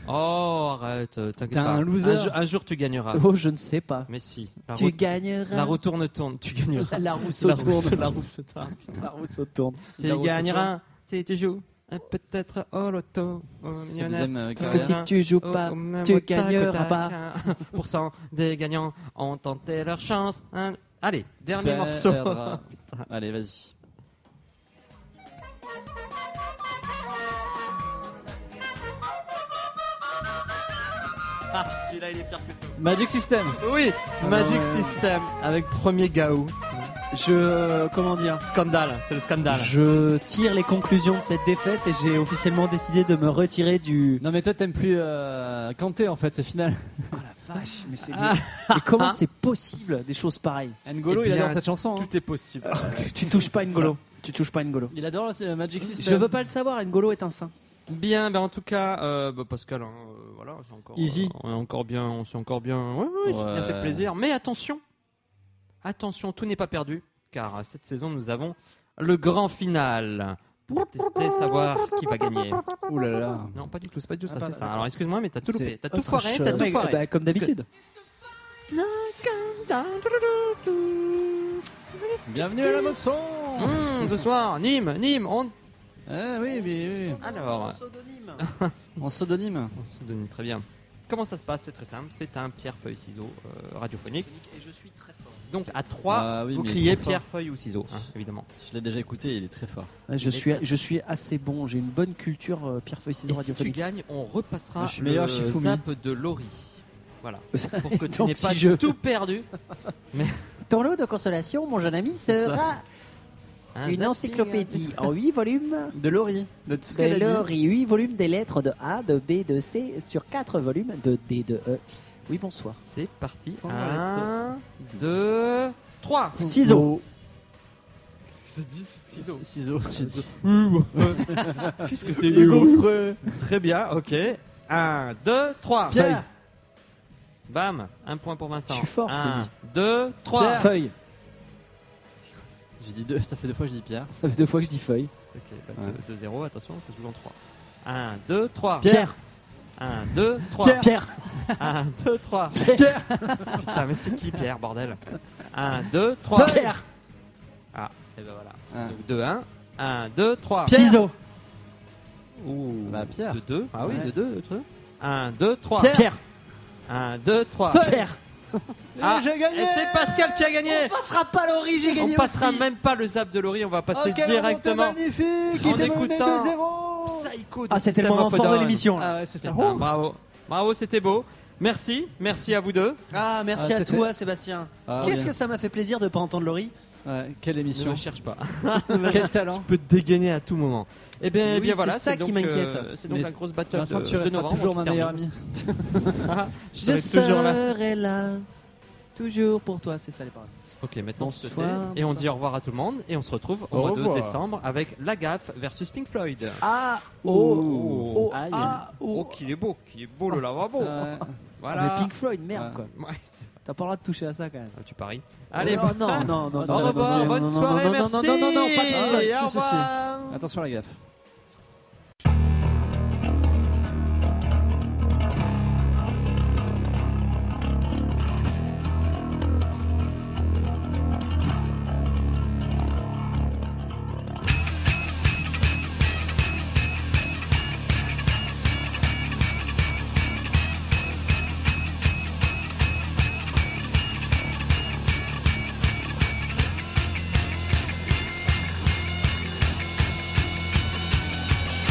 Oh, arrête, euh, t'inquiète T'es pas. un loser. jour- un jour, tu gagneras. Oh, je ne sais pas. Mais si. La, Tu route- gagneras. la retourne tourne, tu gagneras. La roue se tourne. La roue se tourne. La roue se tourne. Tu gagneras si tu joues. euh, Peut-être au loto. Oh, au C'est le millionnaire, deuxième euh, Parce Parce que que carrière. si tu joues au- pas, au même tu au tac, au gagneras tac. pas. 1% des gagnants ont tenté leur chance. Un- Allez, dernier Tu morceau. perdras. Allez, vas-y. Ah, Celui-là, il est pire que tout. Magic System Oui, Magic ouais. System avec premier Gaou. Je comment dire Scandale, c'est le scandale. Je tire les conclusions de cette défaite et j'ai officiellement décidé de me retirer du. Non, mais toi, t'aimes plus euh, Kanté en fait, c'est final. Oh la vache, mais c'est. Ah. Mais comment c'est possible des choses pareilles N'Golo, Eh il bien, adore cette chanson. hein. Tout est possible. Tu touches pas N'Golo. Tu touches pas N'Golo. Il adore euh, Magic Je System. veux pas le savoir, N'Golo est un saint. Bien, ben en tout cas, euh, bah, Pascal, hein, euh, voilà, c'est encore, Easy. euh, on est encore bien, on s'est encore bien, ouais, ouais, ça a bien Ouais. fait plaisir. Mais attention, attention, tout n'est pas perdu, car euh, cette saison nous avons le grand final. pour tester, savoir qui va gagner. Ouh là là. Non, pas du tout, c'est pas du tout Ah, ça, c'est pardon. ça. Alors excuse-moi, mais t'as tout loupé, C'est t'as tout autre foiré, t'as chose. tout Mais, foiré. bah, comme d'habitude. Bienvenue à la moisson Hum, ce soir, Nîmes, Nîmes, on. Eh oui, oui, oui. Alors, En pseudonyme. on se donne très bien. Comment ça se passe C'est très simple, c'est un pierre-feuille-ciseau euh, radiophonique. Et je suis très fort. Donc à 3, Ah oui, vous mais criez trop fort. pierre-feuille ou ciseau, hein, évidemment. Je l'ai déjà écouté, il est très fort. Je suis, je suis assez bon, j'ai une bonne culture euh, pierre feuille Et ciseaux si tu radiophonique. Ah, gagnes, on repassera Moi, je suis meilleur le Shifumi. zap de Laurie. Voilà, pour que tu Donc, n'aies si pas je- tout perdu. Ton lot de consolation, mon jeune ami, sera Un une zap- encyclopédie en 8 volumes. De Laurie. De tout ce De qu'elle a dit. Laurie, 8 volumes des lettres de A, de B, de C, sur 4 volumes de D, de E. Oui, bonsoir. C'est parti. Sans 1, 2, 3. Ciseaux. Ciseaux. Ciseaux, j'ai dit. Qu'est-ce que c'est Hugo Très bien, ok. 1, 2, 3. Pierre. Bam, un point pour Vincent. Je suis fort, je te 1, dis. 2, 3. Feuille. J'ai dit deux, ça fait deux fois que je dis Pierre. Ça fait deux fois que je dis feuille. Ok, bah, Ouais. 2-0, attention, ça se joue en 3. 1, 2, 3. Pierre. 1, 2, 3. Pierre. 1, 2, 3. Pierre. Putain, mais c'est qui Pierre, bordel 1, 2, 3. Pierre. Ah, et ben voilà. Un. Donc 2, 1. 1, 2, 3. Ciseaux. Ouh. Bah, Pierre. 2, 2. Ah oui, Ouais. de 2, le truc. 1, 2, 3. Pierre. 1, 2, 3. Pierre. Ah, j'ai gagné. Et c'est Pascal qui a gagné On passera pas Laurie, j'ai On gagné. passera aussi. même pas le zap de Laurie, on va passer Oh, quelle directement. remontée magnifique. En Il était mené écoutant. 2-0. Psycho Ah, du c'était système le moment fort de Infodone. l'émission. Oh. là. ouais, c'est Putain, bravo, bravo, c'était beau. Merci, merci à vous deux. Ah, merci Ah, à c'était- toi, Sébastien. Ah, Qu'est-ce bien. que ça m'a fait plaisir de pas entendre Laurie Ouais, Quelle Ne émission. me cherche pas. Quel talent. On peut te dégainer à tout moment. Et bien, eh Mais oui, bien voilà, c'est ça qui donc, m'inquiète. euh, c'est donc Mais la grosse battle de, Vincent, tu de resteras novembre. toujours ma qui meilleure termine. amie. Je serai toujours là. là, toujours pour toi, c'est ça les paroles. Ok, maintenant on se Bonsoir, tait. et on dit au revoir à tout le monde et on se retrouve au, Au mois de revoir. décembre avec La Gaffe versus Pink Floyd. Ah, oh, oh, ah, aïe. Oh, qu'il est beau, qu'il est beau le lavabo. Ouais. Voilà. Mais Pink Floyd, merde Ouais. quoi. Ouais, c'est- T'as pas le droit de toucher à ça quand même. ah, tu paries. Allez, Oh, non, non, non, non, Au non, revoir, non, bonne non, non, soirée, non, non, merci. Non, non, non, non, pas de Ah, Pink Floyd. Et au si, si, si. revoir. Attention à la gaffe. Psycho, copy, cocaine, crazy. Psycho, copy, cocaine, crazy. Psycho, groupie, cocaine, crazy.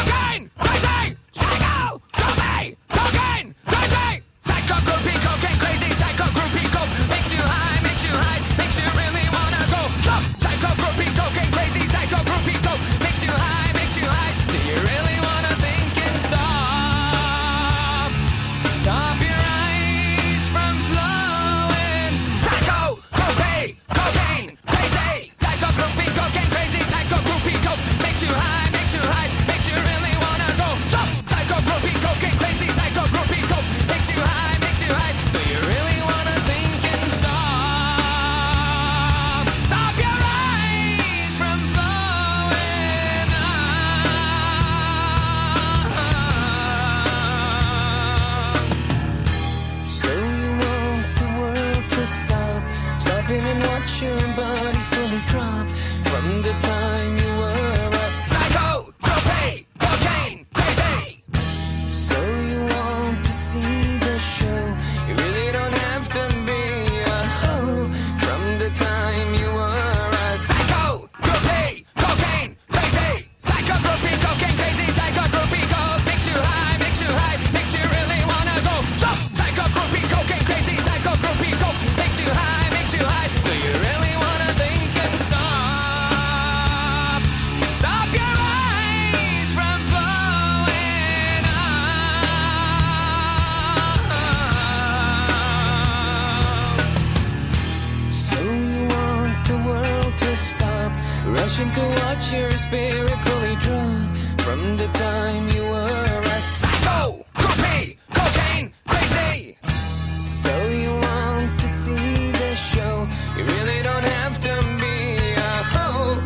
Psycho, groupie, coke makes you high, makes you high, makes you really wanna go. Jump. Psycho, groupie, cocaine, crazy. Psycho, groupie, coke makes you high, makes you high. Do you really wanna think and stop? Stop your eyes from glowing. Psycho, groupie, cocaine, crazy. Psycho, groupie, cocaine, crazy. Psycho, groupie, coke makes you high, makes you high, makes you really wanna go. Jump. Psycho, groupie, cocaine, crazy. Psycho, groupie, coke makes you high, makes you high. Do you really wanna think and stop? Stop your eyes from flowing. Ah, ah. on. So you want the world to stop, stopping and watch your body fully drop from the time you were a psycho, propane, cocaine, crazy. So you want to see the show, you really don't have to be a hoe from the time you were a psycho, propane, cocaine, crazy. Psycho, propane, cocaine, crazy. Psycho, propane, coke makes you high, makes you high, makes you really wanna go. So psycho, propane, cocaine, crazy. Psycho, propane, coke makes you high, makes you high. Do you really wanna think and stop? Stop your eyes from flowing on. So you want the world to stop, rushing to watch your spirit fully drop from the time you were a psycho, groupie, cocaine, crazy. So you want to see the show, you really don't have to be a hoe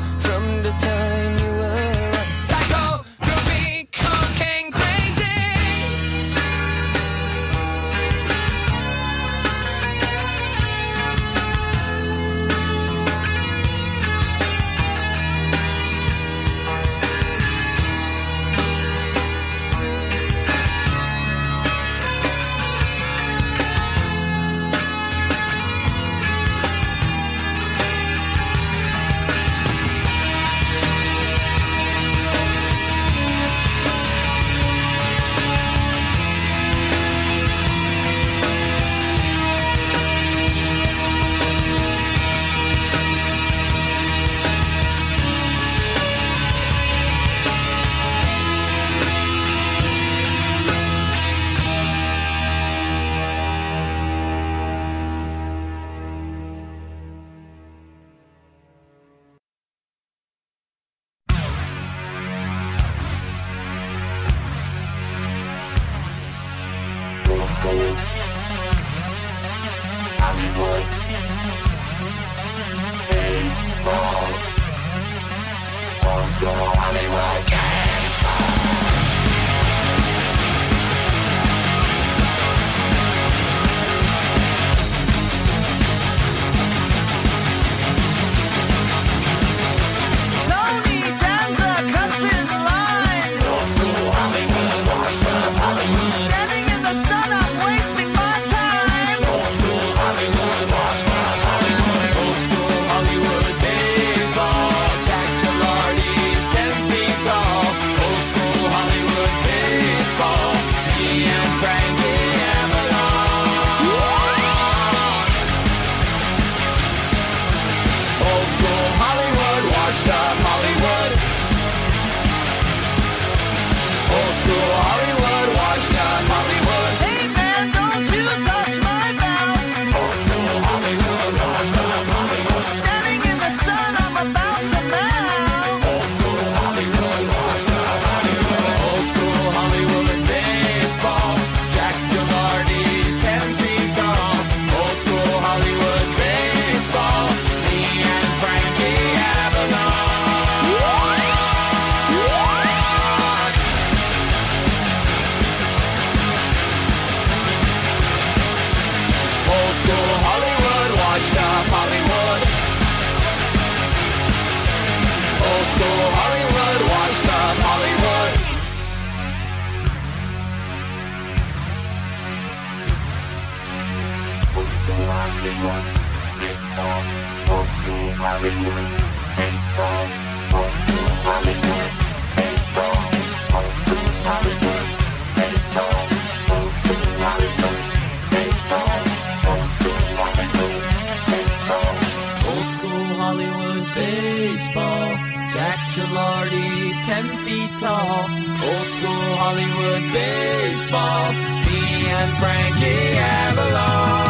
Old school Hollywood baseball. Jack Gilardi's 10 feet tall. Old school Hollywood baseball. Me and Frankie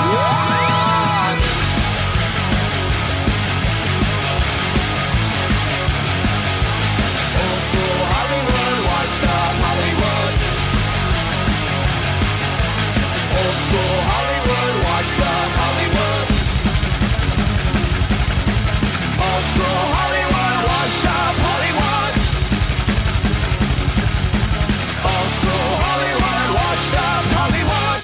Avalon. Old school Hollywood, washed up Hollywood. Old school Hollywood, washed up Hollywood. Old school Hollywood, washed up Hollywood. Old school Hollywood, washed up Hollywood.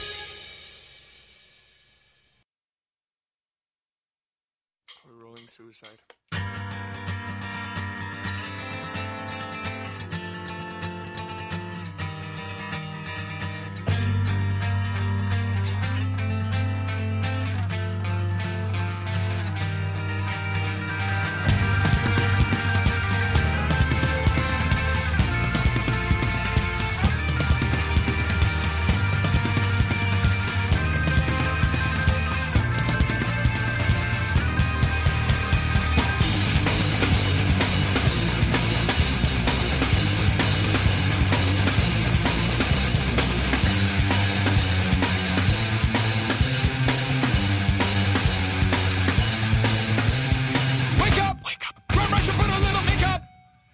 Wake up! Wake up! Run, rush, and put a little makeup.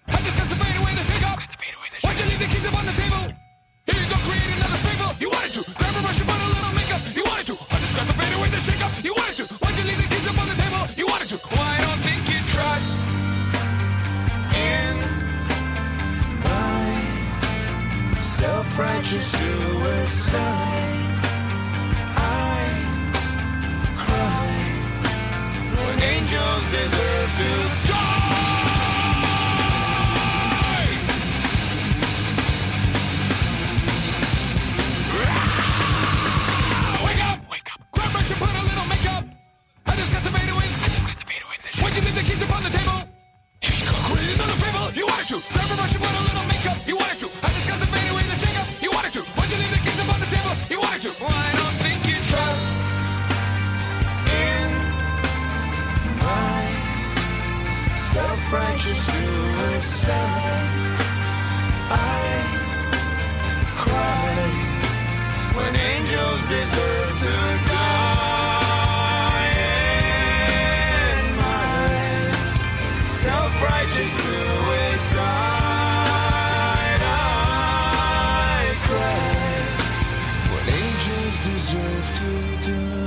And this is the fade away the shake up. Why'd you leave the keys up on the table? Here you go, create another fable. You wanted to. Grab a brush and put a little makeup. You wanted to. I just got the fade away the shake up. You wanted to. Why'd you leave the keys up on the table? You wanted to. Well, I don't think you trust in my self-righteous suicide. I cry when angels deserve to die. Wake up! Wake up! Grab brush and put a little makeup. I just got the fade away. I just got the fade away the shake Why'd you leave the keys up on the table? Here you go, create another fable. You wanted to. Grab a brush and put a little makeup. You wanted to. I just got the fade away the shake up. You wanted to. Why'd you leave the keys up on the table? You wanted to. Well, I don't think you trust in my self-righteous suicide. I cry when angels deserve to die. In my self-righteous suicide, I cry when angels deserve to die.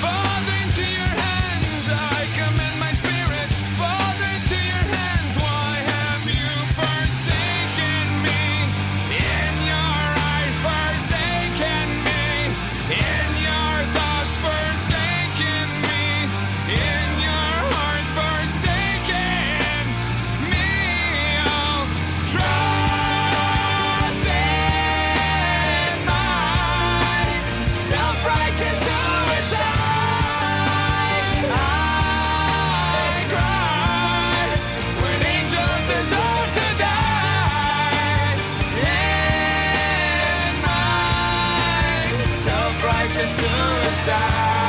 Father, into your hands I commend my spirit. Father, into your hands, why have you forsaken me? In your eyes, forsaken me. In your thoughts, forsaken me. In your heart, forsaken me. Oh, trust in my Self-righteous suicide. I cry when angels deserve to die. In my self-righteous suicide.